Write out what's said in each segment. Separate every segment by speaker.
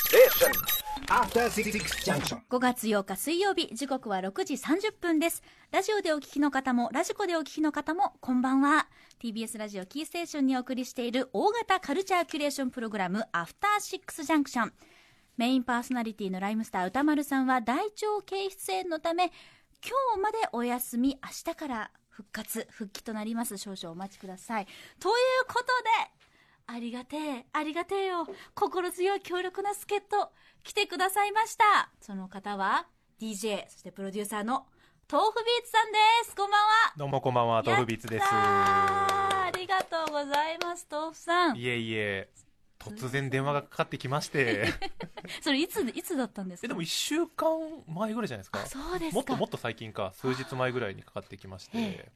Speaker 1: Station. After Six Junction.
Speaker 2: 5月8日水曜日時刻は6時30分ですラジオでお聞きの方もラジコでお聞きの方もこんばんは TBS ラジオキーステーションにお送りしている大型カルチャーキュレーションプログラムアフターシックスジャンクションメインパーソナリティのライムスター歌丸さんは大腸憩室炎のため今日までお休み明日から復活復帰となります少々お待ちくださいということでありがてえ、ありがてえよ。心強い強力な助っ人、来てくださいました。その方は、DJ、そしてプロデューサーの、豆腐ビーツさんです。こんばんは。
Speaker 3: どうもこんばんは、豆腐ビーツです
Speaker 2: やっ。たーありがとうございます、豆腐さん。
Speaker 3: いえいえ、突然電話がかかってき まして。
Speaker 2: それ、いつ、いつだったんですか
Speaker 3: え、でも1週間前ぐらいじゃないですか
Speaker 2: あ、。そうですか。
Speaker 3: もっともっと最近か、数日前ぐらいにかかってきまして。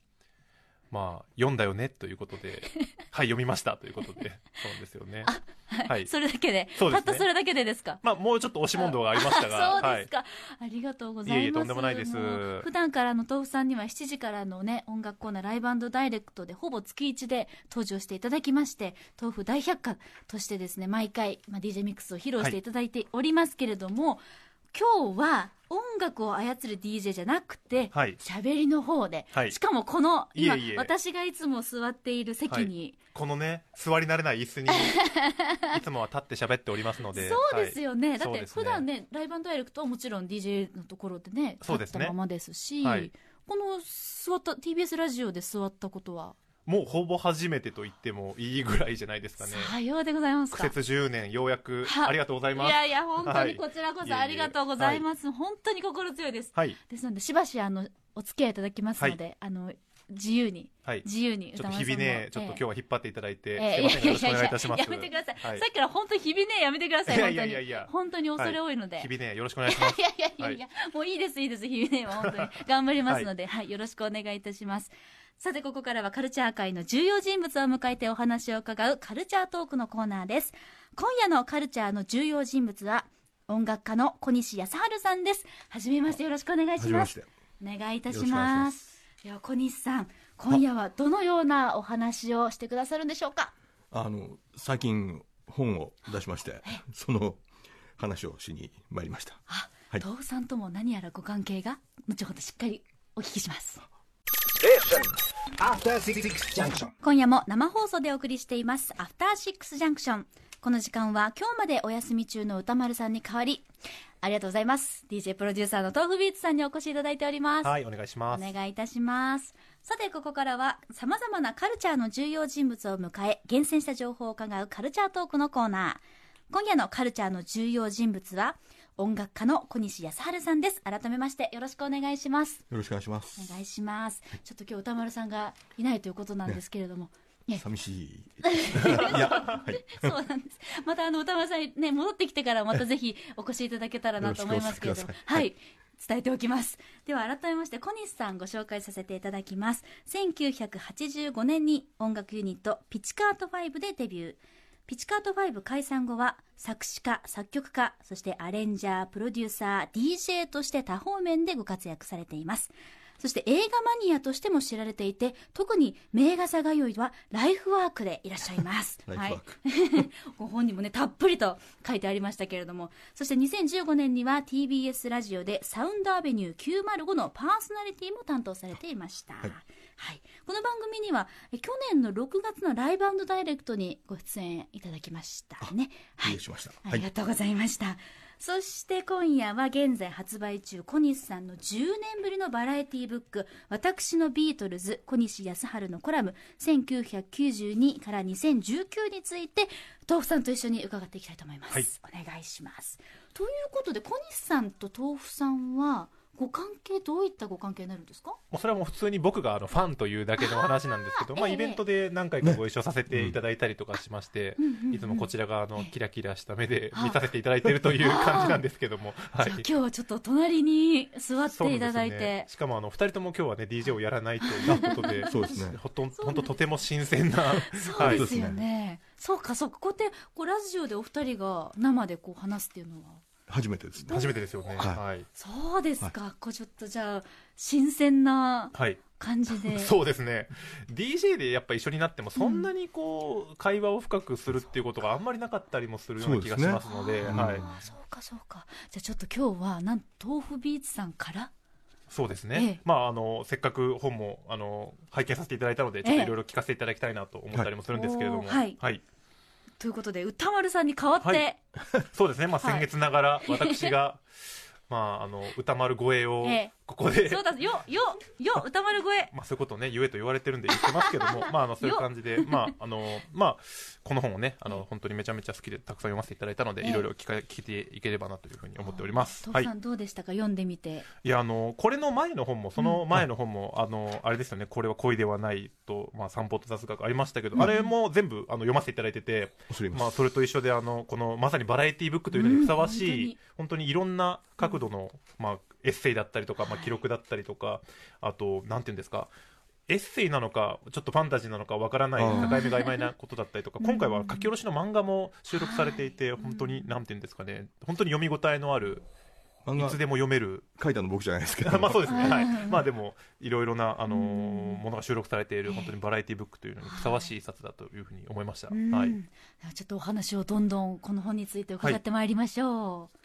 Speaker 3: まあ、読んだよねということで、はい、読みましたということで、そうなんですよね。はい。
Speaker 2: それだけで。
Speaker 3: そうですね
Speaker 2: たったそれだけでですか
Speaker 3: まあ、もうちょっと押し問答がありましたが、
Speaker 2: あそう
Speaker 3: は
Speaker 2: で
Speaker 3: い
Speaker 2: す。か、ありがとうございます
Speaker 3: いえいえとんでもないです
Speaker 2: もう普段からあの豆腐さんには7時からのね音楽コーナーライブダイレクトでほぼ月1で登場していただきまして豆腐大百科としてですね毎回、まあ、DJ ミックスを披露していただいておりますけれども、今日は音楽を操る DJ じゃなくて喋、
Speaker 3: はい
Speaker 2: りの方で、
Speaker 3: はい
Speaker 2: しかもこの今
Speaker 3: いえいえ
Speaker 2: 私がいつも座っている席に、
Speaker 3: このね、座り慣れない 椅子に、いつもは立って喋っておりますので。
Speaker 2: そうですよね、
Speaker 3: はい
Speaker 2: だっ
Speaker 3: そう
Speaker 2: て
Speaker 3: です
Speaker 2: 普
Speaker 3: ね
Speaker 2: 段ねライブダイレクトはもちろん DJ のところでね
Speaker 3: そうです
Speaker 2: 立
Speaker 3: ね
Speaker 2: ったままですし
Speaker 3: はい
Speaker 2: この座った TBS ラジオで座ったことは、
Speaker 3: もうほぼ初めてと言ってもいいぐらいじゃないですかね。
Speaker 2: さようでございます
Speaker 3: 苦
Speaker 2: か
Speaker 3: 節10年、ようやく
Speaker 2: は、
Speaker 3: ありがとうござい
Speaker 2: い
Speaker 3: ます。
Speaker 2: やいや本当
Speaker 3: は
Speaker 2: に
Speaker 3: い
Speaker 2: こちらこ
Speaker 3: いえい
Speaker 2: そ
Speaker 3: え
Speaker 2: ありがとうございます、本当に心強いです
Speaker 3: はい、
Speaker 2: ですのでしばしあのお付き合いいただきますので、あの自由に
Speaker 3: はい。ち
Speaker 2: 自由に
Speaker 3: ょっ
Speaker 2: 歌
Speaker 3: と
Speaker 2: 丸さん
Speaker 3: 日
Speaker 2: も
Speaker 3: 々ね、ちょっと今日
Speaker 2: え
Speaker 3: は引っ張っていただいて、
Speaker 2: ええ
Speaker 3: すいません、よろしくお願いいたします。
Speaker 2: やめてくだ さい、
Speaker 3: はい
Speaker 2: さっきから本当日々ねやめてください
Speaker 3: いや
Speaker 2: 本
Speaker 3: い
Speaker 2: 当
Speaker 3: や
Speaker 2: に
Speaker 3: いやいや
Speaker 2: 本当に恐れ多いので、
Speaker 3: 日々ね、よろしくお願い します。
Speaker 2: いやいやいやいや、もういいです、いいです、日々ね、もう本当に。頑張りますので、はい、よろしくお願いいたします。さて、ここからはカルチャー界の重要人物を迎えてお話を伺うカルチャートークのコーナーです。今夜のカルチャーの重要人物は、音楽家の小西康晴さんです。はじめまして、よろしくお願いします。
Speaker 4: て。
Speaker 2: お願いいたし
Speaker 4: よろしくお願
Speaker 2: ま。
Speaker 4: いします
Speaker 2: いや、小西さん、今夜はどのようなお話をしてくださるんでしょうか
Speaker 4: あの最近本を出しまして、その話をしに参りました。
Speaker 2: あ、
Speaker 4: はい
Speaker 2: 父さんとも何やらご関係が、後ほどしっかりお聞きします。
Speaker 1: Station. After Six Junction.
Speaker 2: 今夜も生放送でお送りしています「アフターシックスジャンクション」この時間は今日までお休み中の歌丸さんに代わりありがとうございます DJ プロデューサーの豆腐ビーツさんにお越しいただいております、
Speaker 3: はい、お願いしま
Speaker 2: お
Speaker 3: す。
Speaker 2: 願いいたしますさてここからはさまざまなカルチャーの重要人物を迎え厳選した情報を伺うカルチャートークのコーナー今夜のカルチャーの重要人物は音楽家の小西康晴さんです改めましてよろしくお願いします
Speaker 4: よろしくお願いします
Speaker 2: お。願いします。ちょっと今日歌丸さんがいないということなんですけれども。ね、
Speaker 4: 寂しい。いや、はい、
Speaker 2: そうなんです。またあの歌丸さんね、戻ってきてからまたぜひお越しいただけたらなと思いますけれども
Speaker 4: よろし。くお
Speaker 2: は
Speaker 4: 伝
Speaker 2: い。伝えておきます。では改めまして、小西さんご紹介させていただきます。1985年に音楽ユニットピチカート5でデビュー。ピチカート5解散後は作詞家、作曲家、そしてアレンジャー、プロデューサー、DJ として多方面でご活躍されています。そして映画マニアとしても知られていて、特に名画座通いはライフワークでいらっしゃいます。
Speaker 4: ライフワーク
Speaker 2: はい、ご本人もね、たっぷりと書いてありましたけれども、そして2015年には TBS ラジオでサウンドアベニュー905のパーソナリティも担当されていました。はい
Speaker 4: い、
Speaker 2: この番組にはえ去年の6月のライブダイレクトにご出演いただきましたね。はい
Speaker 4: 失礼しました。
Speaker 2: あ
Speaker 4: は
Speaker 2: りが
Speaker 4: い、
Speaker 2: とうございました。そして今夜は現在発売中、小西さんの10年ぶりのバラエティブック、私のビートルズ、小西康晴のコラム、1992から2019について、豆腐さんと一緒に伺っていきたいと思います。
Speaker 3: はい
Speaker 2: お願いします。ということで、小西さんと豆腐さんは、ご関係、どういったご関係になるんですか
Speaker 3: もうそれはもう普通に僕があのファンというだけの話なんですけど、
Speaker 2: あー
Speaker 3: まあ
Speaker 2: ええ
Speaker 3: イベントで何回かご一緒させていただいたりとかしまして
Speaker 2: うんうんう、ん
Speaker 3: いつもこちらがあのキラキラした 目で
Speaker 2: あ
Speaker 3: 見させていただいているという感じなんですけども、は
Speaker 2: じゃあ今日はちょっと隣に座っ
Speaker 3: そう
Speaker 2: て
Speaker 3: ないんで
Speaker 2: た
Speaker 3: す
Speaker 2: だいて。
Speaker 3: ね、しかもあの二人とも今日はね DJ をやらないということで
Speaker 4: そうですね
Speaker 3: ほとん本当とても新鮮
Speaker 2: そ
Speaker 3: な
Speaker 2: うですよ
Speaker 4: はいそうです
Speaker 2: ね。そうか、そうか。こうやって、こう、ラジオでお二人が生でこう話すっていうのは。
Speaker 4: 初めてですね
Speaker 3: 初めてですよね。
Speaker 4: はい
Speaker 3: はい。
Speaker 2: そうですか、こうちょっとじゃあ新鮮な
Speaker 3: はい。
Speaker 2: 感じで
Speaker 3: そうですね。DJ でやっぱ一緒になっても、そんなにこう、会話を深くするっていうことがあんまりなかったりもするような気がしますので、
Speaker 2: あー
Speaker 3: はい。
Speaker 2: そうかそうかじゃあちょっと今日はなんと豆腐ビーツさんから
Speaker 3: そうですね。
Speaker 2: ええ
Speaker 3: まあ、あの、せっかく本も、あの、拝見させていただいたので、ちょっといろいろ聞かせていただきたいなと思ったりもするんですけれども、
Speaker 2: はいおーはい
Speaker 3: はい。
Speaker 2: ということで歌丸さんに代わって、
Speaker 3: はいそうですね。まあ、
Speaker 2: はい
Speaker 3: 先月ながら、私が、まあ、あの、歌丸声を
Speaker 2: ええ、
Speaker 3: ここで、
Speaker 2: そうだよよよ歌丸声
Speaker 3: まあ、そういうことをね、言えと言われてるんで言ってますけども、まあ、あの、そういう感じで、まあ、あの、まあ、この本をね、あの、本当にめちゃめちゃ好きでたくさん読ませていただいたの
Speaker 2: え
Speaker 3: で、
Speaker 2: え
Speaker 3: いろいろ聞か、聞いていければなというふうに思っております。は
Speaker 2: 豆
Speaker 3: い
Speaker 2: 腐さ。んどうでしたか、読んでみて
Speaker 3: いや、あの、これの前の本も、その前の本も、あの、あれですよね、これは恋ではないと、まあ、散歩と雑学ありましたけど、あれも全部、あの、読ませていただいてて、
Speaker 4: 恐れ入り
Speaker 3: まあ、
Speaker 4: ます、
Speaker 3: それと一緒で、あの、この、まさにバラエティブックというのにふさわしい、
Speaker 2: うん本当に
Speaker 3: 本当にいろんな角度の、まあ、エッセイだったりとか、まあ、記録だったりとか、あと、なんていうんですか、エッセイなのか、ちょっとファンタジーなのかわからない、
Speaker 4: あ
Speaker 3: 境
Speaker 4: ー
Speaker 3: 目が曖昧なことだったりとか、今回は書き下ろしの漫画も収録されていて、本当に、なんていうんですかね、本当に読み応えのある、
Speaker 4: 漫
Speaker 3: い
Speaker 4: 画
Speaker 3: つでも読める、
Speaker 4: 書いたの僕じゃないですけど
Speaker 3: まあそうですね、
Speaker 2: うん
Speaker 3: はい、まあでも、いろいろな、あのー
Speaker 2: うん
Speaker 3: ものが収録されている、本当にバラエティブックというのにふさわしい一冊だというふうに思いました。
Speaker 2: うん
Speaker 3: はい、
Speaker 2: ちょっとお話をどんどんこの本について伺ってまいりましょう。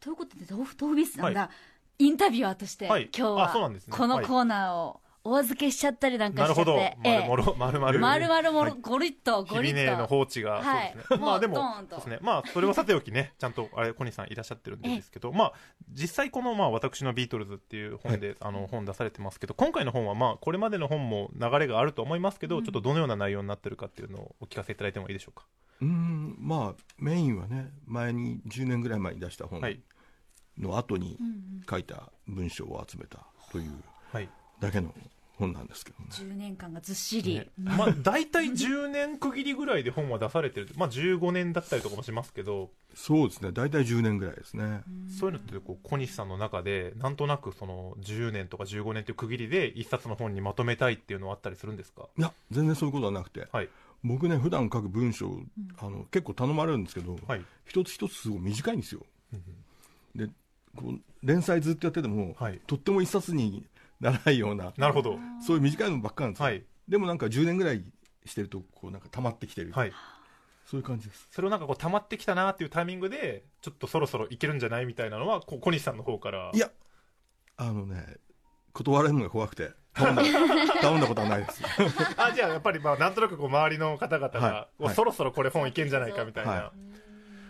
Speaker 2: ということで豆腐豆腐ビスさんが、
Speaker 3: は
Speaker 2: インタビュアーとして、
Speaker 3: はい
Speaker 2: 今日
Speaker 3: あそうなんです
Speaker 2: は
Speaker 3: ね
Speaker 2: このコーナーをお預けしちゃったりなんか
Speaker 3: な
Speaker 2: し
Speaker 3: る
Speaker 2: ちゃっ
Speaker 3: ほ
Speaker 2: て、
Speaker 3: ど、
Speaker 2: ええ
Speaker 3: まるまるまる
Speaker 2: 丸々も
Speaker 4: は
Speaker 2: ろ
Speaker 4: い
Speaker 2: ゴリッと
Speaker 3: 日
Speaker 2: ゴリ
Speaker 3: 々
Speaker 2: ッ
Speaker 3: ね
Speaker 2: と
Speaker 3: の放置が、
Speaker 2: はい
Speaker 3: そうですね。ま
Speaker 2: もう
Speaker 3: あで
Speaker 2: ドーン
Speaker 3: も、
Speaker 2: と
Speaker 3: そうですね。まあそれはさておきね、ちゃんと、あれ、小西さんいらっしゃってるんですけど、まあ実際この、まあ私のビートルズっていう本で、あの本出されてますけど、今回の本はまあこれまでの本も流れがあると思いますけど、ちょっとどのような内容になってるかっていうのをお聞かせいただいてもいいでしょうか。
Speaker 4: うーんまあメインはね前に10年ぐらい前に出した本
Speaker 3: はい。
Speaker 4: の後に書いた文章を集めたという
Speaker 3: はい。
Speaker 4: だけの本なんですけどね
Speaker 2: 10年間がずっしり、
Speaker 3: ねまあ大体10年区切りぐらいで本は出されてる。まあ15年だったりとかもしますけど、
Speaker 4: そうですね大体10年ぐらいですね
Speaker 3: そういうのってこう小西さんの中でなんとなくその10年とか15年という区切りで一冊の本にまとめたいっていうのはあったりするんですか
Speaker 4: いや全然そういうことはなくて、
Speaker 3: はい
Speaker 4: 僕ね普段書く文章、あの結構頼まれるんですけど、
Speaker 3: はい
Speaker 4: 一つ一つすごい短いんですよでこう連載ずっとやってても、
Speaker 3: はい
Speaker 4: とっても一冊にならないような
Speaker 3: なるほど
Speaker 4: そういう短いのばっかなんですよ、
Speaker 3: はい
Speaker 4: でもなんか10年ぐらいしてるとこうなんか溜まってきてる、
Speaker 3: はい
Speaker 4: そういう感じです
Speaker 3: それをなんかこう溜まってきたなっていうタイミングでちょっとそろそろいけるんじゃないみたいなのはこう小西さんの方から
Speaker 4: いやあのね断られるのが怖くて頼 んだ頼んだことはないです
Speaker 3: あじゃあやっぱりまあなんとなくこう周りの方々が
Speaker 4: は、いはい
Speaker 3: そろそろこれ本いけんじゃないかみたいな、
Speaker 4: は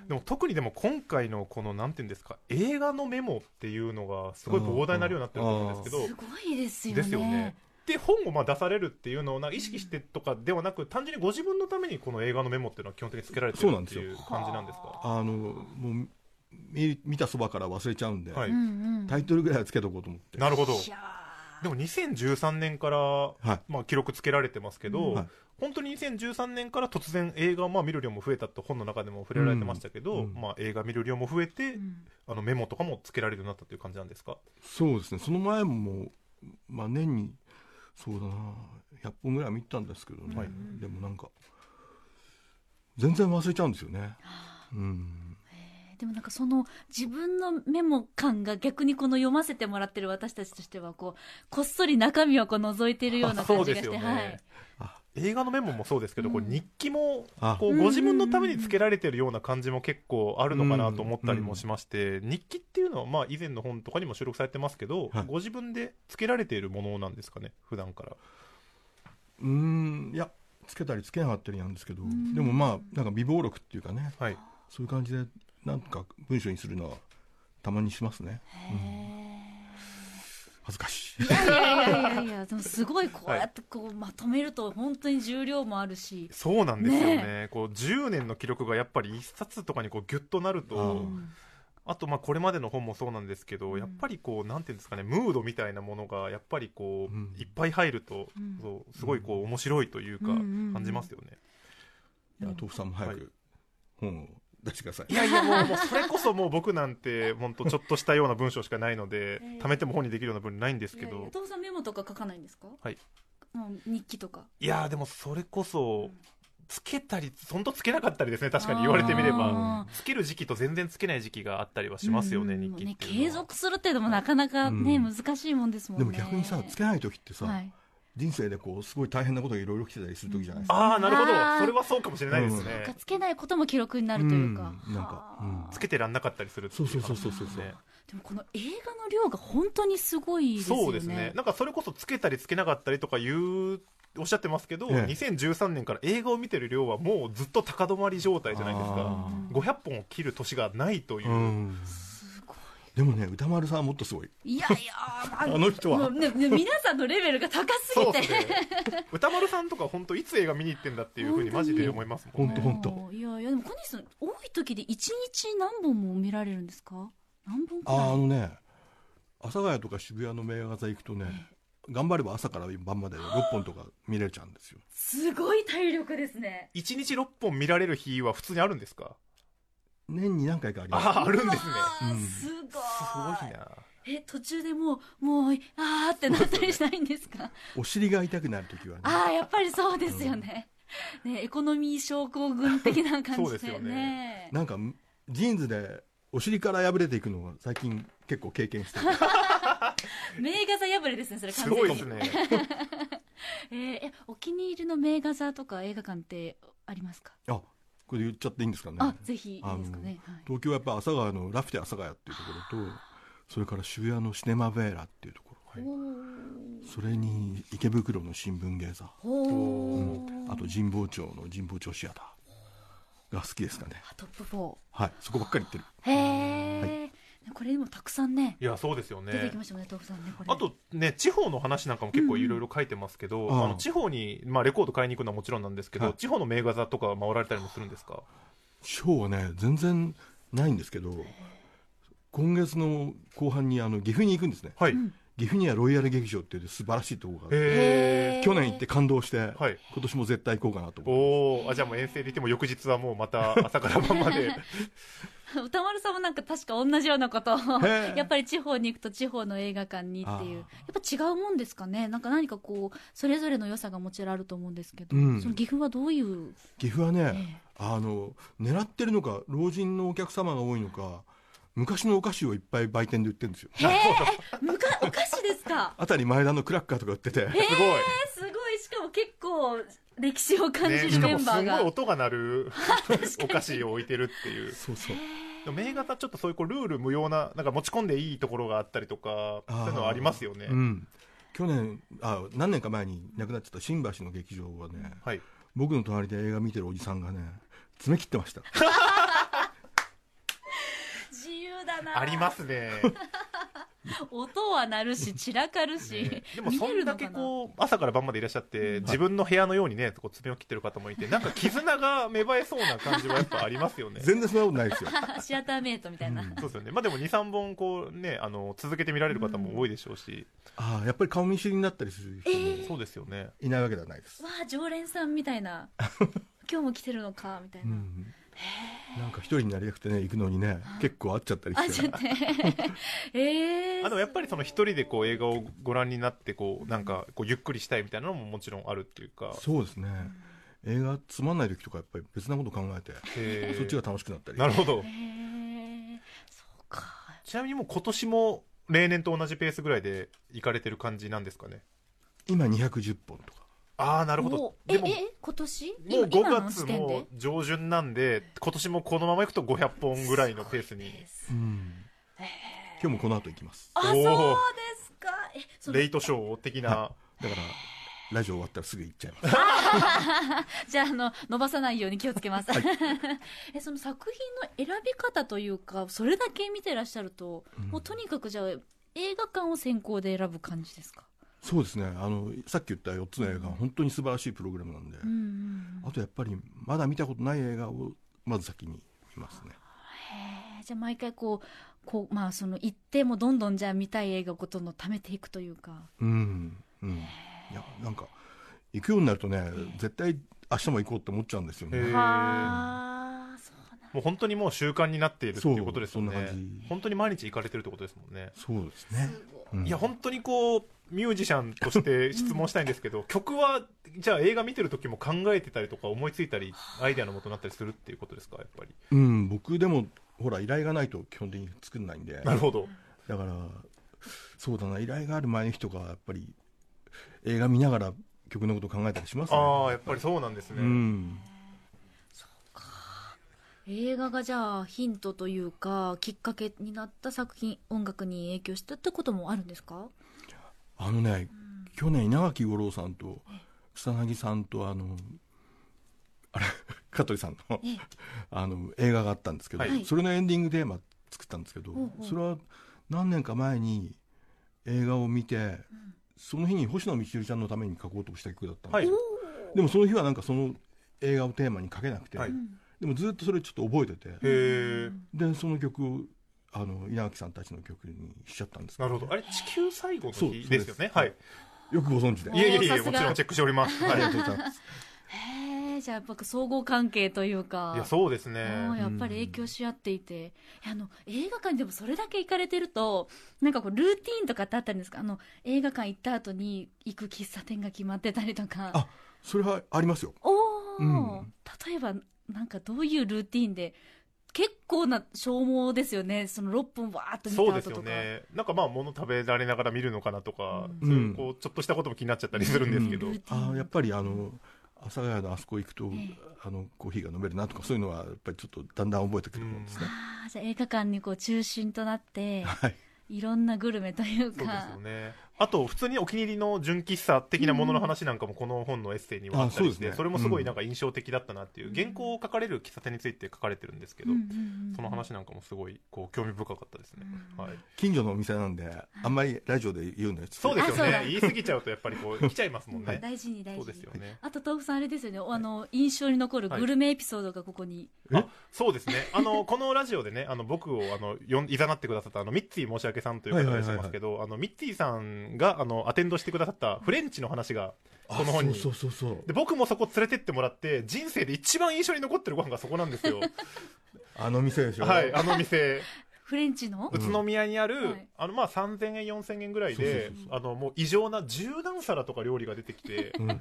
Speaker 3: でも特にでも今回のこのなんていうんですか映画のメモっていうのがすごいこう
Speaker 4: うん
Speaker 3: 膨大になるようになってると思うんですけど、
Speaker 2: すごいですよね
Speaker 3: ですよね。で本をまあ出されるっていうのをなんか意識してとかではなく単純にご自分のためにこの映画のメモっていうのは基本的につけられてる
Speaker 4: そうなん
Speaker 3: っ
Speaker 4: で
Speaker 3: て
Speaker 4: すよ
Speaker 3: いう感じなんですか
Speaker 4: あのもう見見たそばから忘れちゃうんで、
Speaker 3: はい、
Speaker 2: うんうん
Speaker 4: タイトルぐらいはつけとこうと思って
Speaker 3: なるほど
Speaker 2: いや
Speaker 3: でも2013年から、
Speaker 4: はい
Speaker 3: まあ、記録つけられてますけど、
Speaker 4: はい
Speaker 3: 本当に2013年から突然映画をまあ見る量も増えたと本の中でも触れられてましたけど、
Speaker 4: うん
Speaker 3: まあ、映画見る量も増えて、
Speaker 2: ーうん
Speaker 3: あのメモとかもつけられるようになったという感じなんですか
Speaker 4: そうですねその前も、まあ、年にそうだな100本ぐらい見たんですけどね、
Speaker 3: はい
Speaker 4: でもなんか全然忘れちゃうんですよねうん
Speaker 2: でもなんかその自分のメモ感が逆にこの読ませてもらってる私たちとしてはこうこっそり中身をこう覗いているような
Speaker 3: そ
Speaker 2: 感
Speaker 3: う
Speaker 2: じが
Speaker 3: です
Speaker 2: し
Speaker 3: よ
Speaker 2: て、
Speaker 3: ね、
Speaker 2: はい、
Speaker 4: あ
Speaker 3: 映画のメモもそうですけど、こう
Speaker 2: うん
Speaker 3: 日記も
Speaker 4: あ
Speaker 3: こ
Speaker 2: う
Speaker 3: うんご自分のためにつけられてるような感じも結構あるのかなと思ったりもしまして、日記っていうのはまあ以前の本とかにも収録されてますけど、
Speaker 4: はい
Speaker 3: ご自分でつけられているものなんですかね普段から
Speaker 4: うんいやつけたりつけなかったりなんですけど
Speaker 2: ん
Speaker 4: でもまあなんか微暴録っていうかね
Speaker 3: はい
Speaker 4: そういう感じでなんか文章にするのはたまにしますね恥ずかしい
Speaker 2: いやいやいやいやでもすごいこうやってこうまとめると本当に重量もあるし、
Speaker 3: そうなんですよね
Speaker 2: ね
Speaker 3: こう10年の記録がやっぱり1冊とかにこうギュッとなると、
Speaker 4: うん
Speaker 3: あとまあこれまでの本もそうなんですけど、やっぱりこうなんていうんですかねムードみたいなものがやっぱりこう、
Speaker 4: うん
Speaker 3: いっぱい入ると、
Speaker 2: うん
Speaker 3: そうすごいこう面白いというか
Speaker 2: うんうんうん
Speaker 3: 感じますよね、
Speaker 4: いや豆腐さんも早
Speaker 3: は
Speaker 4: く本を出してください
Speaker 3: いやいやも うもうそれこそもう僕なんて本当ちょっとしたような文章しかないので
Speaker 2: ええ
Speaker 3: 貯めても本にできるような文ないんですけ
Speaker 2: いやいや
Speaker 3: ど
Speaker 2: お父さんメモとか書かないんですか
Speaker 3: はい
Speaker 2: もう日記とか
Speaker 3: いやでもそれこそつけたりそんとつけなかったりですね確かに言われてみれば
Speaker 2: あー
Speaker 3: つける時期と全然つけない時期があったりはしますよね、
Speaker 2: うん
Speaker 3: 日記っていうのは
Speaker 2: 継続するっていうのもなかなかね、
Speaker 4: うん
Speaker 2: 難しいもんですもん
Speaker 4: で
Speaker 2: ね
Speaker 4: も逆にさつけない時ってさ、
Speaker 2: はい
Speaker 4: 人生でこうすごい大変なことがいろいろ来てたりする時じゃないですか、
Speaker 3: ああなるほど
Speaker 2: あー
Speaker 3: それはそうかもしれないです
Speaker 2: なんか
Speaker 3: ね、
Speaker 2: つけないことも記録になるというか、
Speaker 4: うんなんか
Speaker 2: はあ
Speaker 4: うん
Speaker 3: つけてらんなかったりするってい
Speaker 4: そうそうそうそうそう
Speaker 3: ね
Speaker 2: でもこの映画の量が本当にすごいですよね
Speaker 3: そうですねなんかそれこそつけたりつけなかったりとかいうおっしゃってますけど、
Speaker 4: ええ
Speaker 3: 2013年から映画を見てる量はもうずっと高止まり状態じゃないですか
Speaker 4: あ
Speaker 3: 500本を切る年がないという、
Speaker 4: うん
Speaker 2: すご
Speaker 4: でもね歌丸さんはもっとすごい
Speaker 2: いいやいやあ
Speaker 4: あの人
Speaker 2: もう
Speaker 4: は
Speaker 2: ね ね皆さんのレベルが高す
Speaker 3: そ
Speaker 2: ぎ
Speaker 3: うで
Speaker 2: て
Speaker 3: すね歌丸さんとか本当いつ映画見に行ってんだっていうふうにマジで思いますもんね
Speaker 4: 本当本当
Speaker 2: もういやいやでも小西さん多い時で一日何本も見られるんですか何本く
Speaker 4: あーあ
Speaker 2: らい
Speaker 4: のね阿佐ヶ谷とか渋谷の名画座行くとね頑張れば朝から晩まで6本とか見れちゃうんですよ
Speaker 2: すごい体力ですね
Speaker 3: 1日6本見られる日は普通にあるんですか
Speaker 4: 年に何回かあります
Speaker 3: あああるんですね
Speaker 2: うわー
Speaker 4: うん
Speaker 2: すごい
Speaker 3: すごいな
Speaker 2: え途中でもうもうあーってなったりしないんですか
Speaker 4: お尻が痛くなる時はね
Speaker 2: ああやっぱりそうですよね。ねエコノミー症候群的な感
Speaker 3: そう
Speaker 2: じ
Speaker 3: です
Speaker 2: で
Speaker 3: よ
Speaker 2: ね
Speaker 3: ね。
Speaker 4: なんかジーンズでお尻から破れていくのを最近結構経験してる
Speaker 2: 名画座破れですねそれ完
Speaker 3: す
Speaker 2: 全に。
Speaker 3: ごいですね
Speaker 2: えーえお気に入りの名画座とか映画館ってありますか。
Speaker 4: あこれ言っちゃっていいんですかね
Speaker 2: あぜひいいですかね。はい
Speaker 4: 東京はやっぱ阿佐ヶ谷のラフテ阿佐ヶ谷っていうところとそれから渋谷のシネマベーラっていうところ、それに池袋の新聞芸座
Speaker 2: おお、
Speaker 4: あと神保町の神保町シアターが好きですかね
Speaker 2: トップ4。
Speaker 4: はいそこばっかり行ってる
Speaker 2: へえ、これでもたくさんね
Speaker 3: いやそうですよね
Speaker 2: 出てきましたもんね豆腐さんねこれ。
Speaker 3: あとね、地方の話なんかも結構いろいろ書いてますけど、
Speaker 4: うん
Speaker 3: あの地方に、まあ、レコード買いに行くのはもちろんなんですけど、
Speaker 4: はい
Speaker 3: 地方の名画座とか回られたりもするんですか
Speaker 4: ショーはね全然ないんですけど今月の後半にあの岐阜に行くんですね
Speaker 3: はい、
Speaker 4: 岐阜にはロイヤル劇場っていう素晴らしいところがあって
Speaker 3: へえ
Speaker 4: 去年行って感動して、
Speaker 3: はい
Speaker 4: 今年も絶対行こうかなと思って
Speaker 3: おおじゃあもう遠征でいても翌日はもうま た朝から晩まで
Speaker 2: 歌丸さんもなんか確か同じようなことを
Speaker 4: へ え
Speaker 2: やっぱり地方に行くと地方の映画館にっていうやっ
Speaker 4: あ
Speaker 2: ぱ違うもんですかねなんか何かこうそれぞれの良さがもちろんあると思うんですけど、
Speaker 4: うん
Speaker 2: その岐阜はどういう
Speaker 4: 岐阜は
Speaker 2: え
Speaker 4: ね、あの狙ってるのか老人のお客様が多いのか昔のお菓子をいっぱい売店で売ってるんですよ
Speaker 2: へえむかお菓子ですか
Speaker 4: あたり前田のクラッカーとか売ってて
Speaker 3: すごい、
Speaker 2: え すごいしかも結構歴史を感
Speaker 3: ね、
Speaker 2: じ
Speaker 3: し
Speaker 2: る
Speaker 3: か
Speaker 2: メ
Speaker 3: も
Speaker 2: ン
Speaker 3: す
Speaker 2: バ
Speaker 3: ご
Speaker 2: ー
Speaker 3: い
Speaker 2: が、
Speaker 3: 音が鳴るお菓子を置いてるっていう
Speaker 4: そうそう
Speaker 3: でも名画座ちょっとそういうこうルール無用ななんか持ち込んでいいところがあったりとかそういうのはありますよね、
Speaker 4: うん去年あ何年か前に亡くなっちゃった新橋の劇場はね
Speaker 3: はい
Speaker 4: 僕の隣で映画見てるおじさんがね爪切ってました
Speaker 2: 自由だな
Speaker 3: ありますね
Speaker 2: 音は鳴るし散らかるし、
Speaker 3: ねでも
Speaker 2: 見
Speaker 3: そ
Speaker 2: れるの
Speaker 3: んだ
Speaker 2: か
Speaker 3: け
Speaker 2: な
Speaker 3: こう朝から晩までいらっしゃって自分の部屋のようにねこう爪を切ってる方もいてなんか絆が芽生えそうな感じはやっぱありますよね。そう
Speaker 4: 全然そんなことな いですよ
Speaker 2: シアターメイトみたいな、
Speaker 3: ですよねまあ、でも23本こう、ね、あの続けて見られる方も多いでしょうし、
Speaker 4: ああやっぱり顔見知りになったりする人も
Speaker 3: そうですよね
Speaker 4: いないわけではないです
Speaker 2: わあ常連さんみたい な今日も来てるのかみたいな、
Speaker 4: うんなんか一人になりたくてね行くのにね結構会っちゃったり
Speaker 2: あ
Speaker 4: し
Speaker 2: ちょ
Speaker 4: て
Speaker 2: っ とねええ
Speaker 3: あでもやっぱりその一人でこう映画をご覧になってこうなんかこうゆっくりしたいみたいなのももちろんあるっていうか
Speaker 4: そうですね映画つまんない時とかやっぱり別なこと考えて
Speaker 3: へー
Speaker 4: そっちが楽しくなったり
Speaker 3: なるほど
Speaker 2: へえそうか
Speaker 3: ちなみにもう今年も例年と同じペースぐらいで行かれてる感じなんですかね
Speaker 4: 今210本とか
Speaker 3: ああなるほど
Speaker 2: おえ
Speaker 3: でも
Speaker 2: え今年
Speaker 3: もう
Speaker 2: 今今
Speaker 3: 5
Speaker 2: の
Speaker 3: 月
Speaker 2: 時点で
Speaker 3: も上旬なんで、今年もこのままいくと500本ぐらいのペースに、
Speaker 4: 今日もこの後行きます
Speaker 2: あ
Speaker 3: おー
Speaker 2: そうですかえその
Speaker 3: レイトショー的な、
Speaker 4: だからラジオ終わったらすぐ行っちゃいます
Speaker 2: じゃああの伸ばさないように気をつけます、 えその作品の選び方というかそれだけ見てらっしゃると、もうとにかくじゃあ映画館を先行で選ぶ感じですか
Speaker 4: そうですねあのさっき言った4つの映画は本当に素晴らしいプログラムなんで、
Speaker 2: うんうん
Speaker 4: あとやっぱりまだ見たことない映画をまず先に見ますね
Speaker 2: えーじゃあ毎回こうこうまあその行ってもどんどんじゃあ見たい映画をどんどん貯めていくというか
Speaker 4: うんうんいやなんか行くようになるとね絶対明日も行こうって思っちゃうんですよ
Speaker 3: へ
Speaker 4: ね
Speaker 3: ー
Speaker 2: はあそうなん
Speaker 3: もう本当にもう習慣になっているっていうことですよ
Speaker 4: そうそんな
Speaker 3: ね
Speaker 4: 感じ。
Speaker 3: 本当に毎日行かれてるってことですもんね。
Speaker 4: そうですね
Speaker 2: すごい
Speaker 4: うん
Speaker 3: いや本当にこうミュージシャンと して質問したいんですけど、曲はじゃあ映画見てる時も考えてたりとか思いついたりアイデアのもとになったりするっていうことですかやっぱり
Speaker 4: うん、僕でもほら依頼がないと基本的に作んないんで
Speaker 3: なるほど
Speaker 4: だからそうだな依頼がある前の人がやっぱり映画見ながら曲のこと考えたりしますね
Speaker 3: ああやっぱりそうなんですね、
Speaker 4: うん
Speaker 2: 映画がじゃあヒントというかきっかけになった作品音楽に影響したってこともあるんですか
Speaker 4: あのね、去年稲垣吾郎さんと草薙さんとあのあれ 香取さんの
Speaker 2: ええ
Speaker 4: あの映画があったんですけど、
Speaker 3: はい
Speaker 4: それのエンディングテーマ作ったんですけど、
Speaker 2: ほうほう
Speaker 4: それは何年か前に映画を見て、その日に星野みちるちゃんのために書こうとした曲だったんですよ、でもその日はなんかその映画をテーマに書けなくて、
Speaker 3: はい
Speaker 4: でもずっとそれちょっと覚えてて
Speaker 3: へえ
Speaker 4: でその曲をあの稲垣さんたちの曲にしちゃったんですけ
Speaker 3: なるほどあれ地球最後の
Speaker 4: そう
Speaker 3: 日ですよね
Speaker 4: そうです
Speaker 3: はい
Speaker 4: よくご存知で
Speaker 2: お
Speaker 3: いえいえい
Speaker 2: さ
Speaker 3: え
Speaker 2: すが
Speaker 3: もちろんチェックしております
Speaker 4: あ
Speaker 3: はい
Speaker 4: り
Speaker 3: い
Speaker 4: がとうございます
Speaker 2: へえじゃあやっぱ相互関係というか
Speaker 3: やそうですね
Speaker 2: もうやっぱり影響し合っていて、あの映画館にでもそれだけ行かれてるとなんかこうルーティーンとかってあったんですかあの映画館行った後に行く喫茶店が決まってたりとか
Speaker 4: あそれはありますよ
Speaker 2: おお、
Speaker 4: うん
Speaker 2: 例えばなんかどういうルーティーンで結構な消耗ですよねその6本わーっと見
Speaker 3: そう
Speaker 2: た
Speaker 3: で
Speaker 2: 後と
Speaker 3: すよ
Speaker 2: か、
Speaker 3: ねなんかまあ物食べられながら見るのかなとか、
Speaker 4: うん
Speaker 3: そういうこうちょっとしたことも気になっちゃったりするんですけど、
Speaker 2: ルーティーン
Speaker 4: あーやっぱりあの阿佐ヶ谷のあそこ行くと、
Speaker 2: ええ
Speaker 4: あのコーヒーが飲めるなとかそういうのはやっぱりちょっとだんだん覚えてくるもんですね、
Speaker 2: あーじゃあ映画館にこう中心となって
Speaker 4: はい
Speaker 2: いろんなグルメという
Speaker 3: そうです
Speaker 2: か
Speaker 3: よね。あと、普通にお気に入りの純喫茶的なものの話なんかもこの本のエッセイにはあったりして、
Speaker 4: あそうですね
Speaker 3: それもすごいなんか印象的だったなっていう、原稿を書かれる喫茶店について書かれてるんですけど、
Speaker 2: うんうんうん
Speaker 3: その話なんかもすごいこう興味深かったですね。はい、
Speaker 4: 近所のお店なんであんまりラジオで言うのはち
Speaker 3: そうですよ
Speaker 2: あそうだ
Speaker 3: ね。言い過ぎちゃうとやっぱりこう来ちゃいますもんね。
Speaker 2: 大事に大事
Speaker 3: そう
Speaker 2: に
Speaker 3: ですよね。
Speaker 2: あと豆腐さんあれですよね、あの印象に残るグルメエピソードがここに、
Speaker 3: あそうですね、あのこのラジオでね、あの僕をあのよんいざなってくださったあのミッツィ申し訳さんという方がいらっしゃいますけど、あのミッツィさんがあのアテンドしてくださったフレンチの話が、この本に
Speaker 4: そうそうそうそう
Speaker 3: で僕もそこ連れてってもらって人生で一番印象に残ってるご飯がそこなんです よ
Speaker 4: あの店でしょ
Speaker 3: はいあの店
Speaker 2: フレンチの
Speaker 3: 宇都宮にある、
Speaker 2: はい
Speaker 3: あのまあ3000円4000円ぐらいで
Speaker 4: そうそう
Speaker 3: あのもう異常な十何皿とか料理が出てき て
Speaker 4: うん、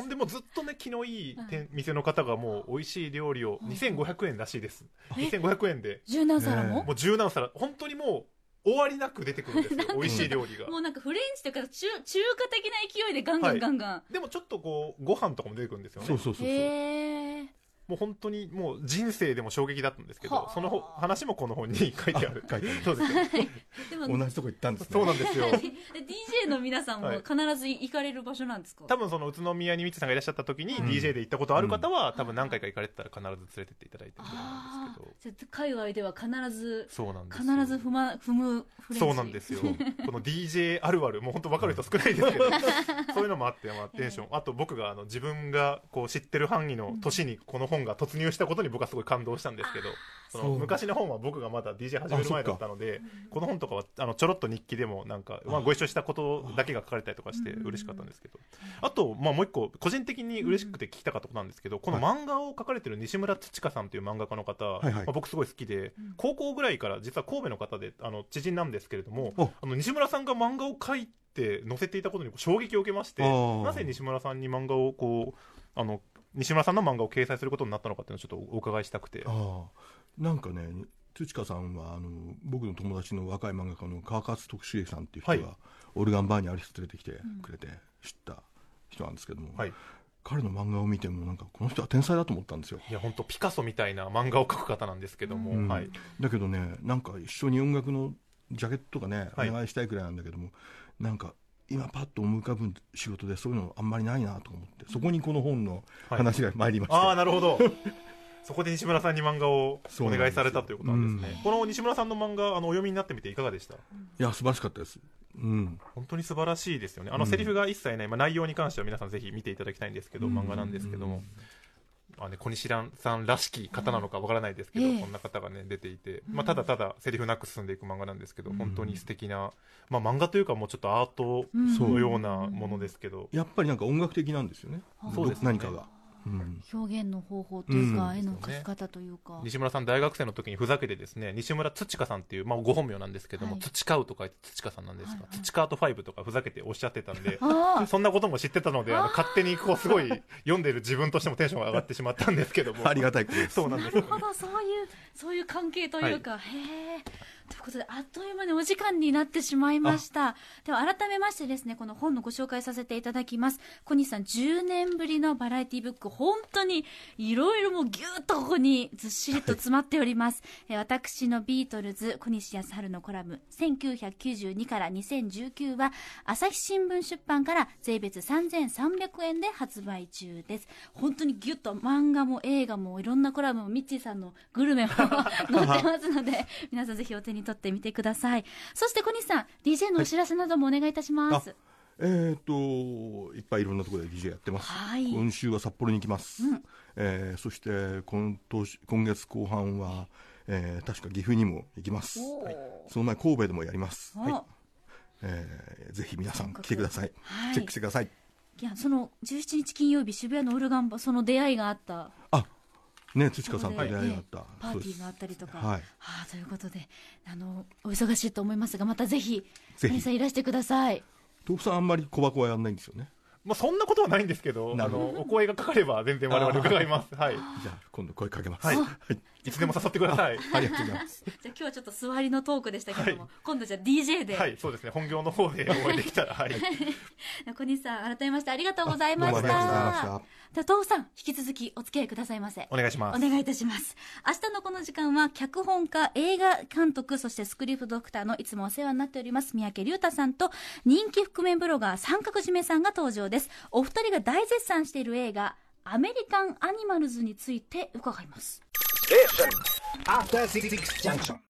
Speaker 3: ほんでもうずっとね気のいい店,、
Speaker 2: は
Speaker 3: 店の方がもう美味しい料理を
Speaker 2: はい
Speaker 3: 2500円らしいです
Speaker 2: え
Speaker 3: 2500円で
Speaker 2: 柔軟皿も、
Speaker 3: もう十何皿本当にもう終わりなく出てくるん ですよ美味しい料理が
Speaker 2: もうなんかフレンチというか中中華的な勢いでガンガンガンガン、
Speaker 3: でもちょっとこうご飯とかも出てくるんですよね
Speaker 4: そうそうそうそう、
Speaker 2: へえ
Speaker 3: もう本当にもう人生でも衝撃だったんですけ
Speaker 2: は
Speaker 3: ど
Speaker 2: あ
Speaker 3: そのほ話もこの本に書いてある
Speaker 4: あ書いてある
Speaker 3: そうですよ
Speaker 2: でも
Speaker 4: 同じとこ行ったんですね
Speaker 3: そうなんです よ
Speaker 2: DJ の皆さんも
Speaker 3: はい
Speaker 2: 必ず行かれる場所なんですか、
Speaker 3: 多分その宇都宮にミッチさんがいらっしゃった時に
Speaker 4: ん
Speaker 3: DJ で行ったことある方は多分何回か行かれてたら必ず連れてっていただいてると思うん
Speaker 2: あ
Speaker 3: ですけど
Speaker 2: あーじゃあ海外では必ず
Speaker 3: そうなんです
Speaker 2: 必
Speaker 3: よ
Speaker 2: ず踏,、ま、踏むフレンチ
Speaker 3: そうなんですよこの DJ あるあるもう本当分かる人少ないですけ どそういうのもあって、まあ、テンションあと僕があの自分がこう知ってる範囲の年にこの本が突入したことに僕はすごい感動したんですけどその
Speaker 4: そう
Speaker 3: 昔の本は僕がまだ DJ 始める前だったのでこの本とかはあのちょろっと日記でもなんか、まあ、ご一緒したことだけが書かれたりとかして嬉しかったんですけどあと、まあ、もう一個個人的に嬉しくて聞きたかったことなんですけどこの漫画を描かれてる西村土香さんという漫画家の方、
Speaker 4: いはい
Speaker 3: まあ僕すごい好きで高校ぐらいから実は神戸の方であの知人なんですけれども
Speaker 4: お
Speaker 3: あの西村さんが漫画を描いて載せていたことにこう衝撃を受けまして
Speaker 4: あー
Speaker 3: なぜ西村さんに漫画をこうあの西村さんの漫画を掲載することになったのかっていうのをちょっとお伺いしたくて
Speaker 4: ああなんかね土香さんはあの僕の友達の若い漫画家の川勝徳重さんっていう人が、
Speaker 3: はい
Speaker 4: オルガンバーにある人連れてきてくれて知った人なんですけども、
Speaker 3: はい
Speaker 4: 彼の漫画を見てもなんかこの人は天才だと思ったんですよ
Speaker 3: いや本当ピカソみたいな漫画を描く方なんですけども、
Speaker 4: うん
Speaker 3: はい、
Speaker 4: だけどねなんか一緒に音楽のジャケットとかね、
Speaker 3: はい
Speaker 4: お願いしたいくらいなんだけどもなんか今パッと思い浮かぶ仕事でそういうのあんまりないなと思ってそこにこの本の話が参りました、
Speaker 3: ああなるほど そこで西村さんに漫画を
Speaker 4: そう
Speaker 3: お
Speaker 4: なんですよ
Speaker 3: 願いされたということなんですね
Speaker 4: う
Speaker 3: この西村さんの漫画あのお読みになってみていかがでした
Speaker 4: いや素晴らしかったですうん
Speaker 3: 本当に素晴らしいですよねあのセリフが一切ない、まあ、内容に関しては皆さんぜひ見ていただきたいんですけど、漫画なんですけども、あね、小西さんらしき方なのかわからないですけど、
Speaker 2: ええ
Speaker 3: そんな方が、ね、出ていて、まあ、ただただセリフなく進んでいく漫画なんですけど、本当に素敵な、まあ、漫画というかもうちょっとアート
Speaker 2: ん
Speaker 3: のようなものですけど、
Speaker 4: やっぱりなんか音楽的なんですよね
Speaker 3: そうですね
Speaker 4: 何かがうん
Speaker 2: 表現の方法というか、
Speaker 4: うん
Speaker 2: 絵の描き方というか、
Speaker 3: 西村さん大学生の時にふざけてですね西村土香さんっていう、まあ、ご本名なんですけども、
Speaker 2: はい
Speaker 3: 土香うと書いて土香さんなんですが、
Speaker 2: はいはい
Speaker 3: 土香アート5とかふざけておっしゃってたん で
Speaker 2: あ
Speaker 3: そんなことも知ってたのであの勝手にこうすごい読んでる自分としてもテンションが上がってしまったんですけども
Speaker 4: ありがたいことです
Speaker 3: そうなん
Speaker 2: あ
Speaker 3: で
Speaker 2: な
Speaker 3: す
Speaker 2: るほどそういうそういう関係というか、へえということであっという間にお時間になってしまいましたでは改めましてですねこの本のご紹介させていただきます小西さん10年ぶりのバラエティブック本当にいろいろもうぎゅっとここにずっしりと詰まっております、えー私のビートルズ小西康春のコラム1992から2019は朝日新聞出版から税別3300円で発売中です本当にギュッと漫画も映画もいろんなコラムもミッチーさんのグルメ も載ってますので皆さんぜひお手に取ってみてくださいそして小西さん DJ のお知らせなどもお願いいたします、
Speaker 4: えっ、といっぱいいろんなところで DJ やってます、
Speaker 2: はい
Speaker 4: 今週は札幌に行きます、えーそして今年今月後半は、えー確か岐阜にも行きます
Speaker 2: おー
Speaker 4: はいその前神戸でもやります、
Speaker 2: お
Speaker 4: はいえーぜひ皆さん来てください、
Speaker 2: はい
Speaker 4: チェックしてください
Speaker 2: いやその17日金曜日渋谷のオルガンバその出会いがあった
Speaker 4: あね土方さんと出会いがあった、
Speaker 2: ええパーティーがあ
Speaker 4: そう
Speaker 2: ったりとか、
Speaker 4: はい
Speaker 2: ああということであのお忙しいと思いますがまたぜひ
Speaker 4: ぜひ
Speaker 2: 皆さんいらしてください
Speaker 4: です豆腐さんあんまり小箱はやんないんですよね
Speaker 3: まあ、そんなことはないんですけど
Speaker 4: な
Speaker 3: あ
Speaker 4: るほど
Speaker 3: のお声がかかれば全然我々伺います、はい、
Speaker 4: じゃあ今度声かけます
Speaker 3: はい
Speaker 4: はい、
Speaker 3: いつでも誘って ください
Speaker 4: ありがとうございます
Speaker 2: じゃあ今日はちょっと座りのトークでしたけども、今度じゃあ DJ で、
Speaker 3: はい、そうですね。本業の方でお会いできたら、はい。
Speaker 2: 小西さん改めましてありがとうございました
Speaker 4: あどうもありがとうございま
Speaker 2: では東さん引き続きお付き合いくださいませ
Speaker 3: お願いします。
Speaker 2: お願いいたします明日のこの時間は脚本家映画監督そしてスクリプトドクターのいつもお世話になっております三宅龍太さんと人気覆面ブロガー三角締めさんが登場ですお二人が大絶賛している映画アメリカンアニマルズについて伺います
Speaker 1: Station. After Six Junction.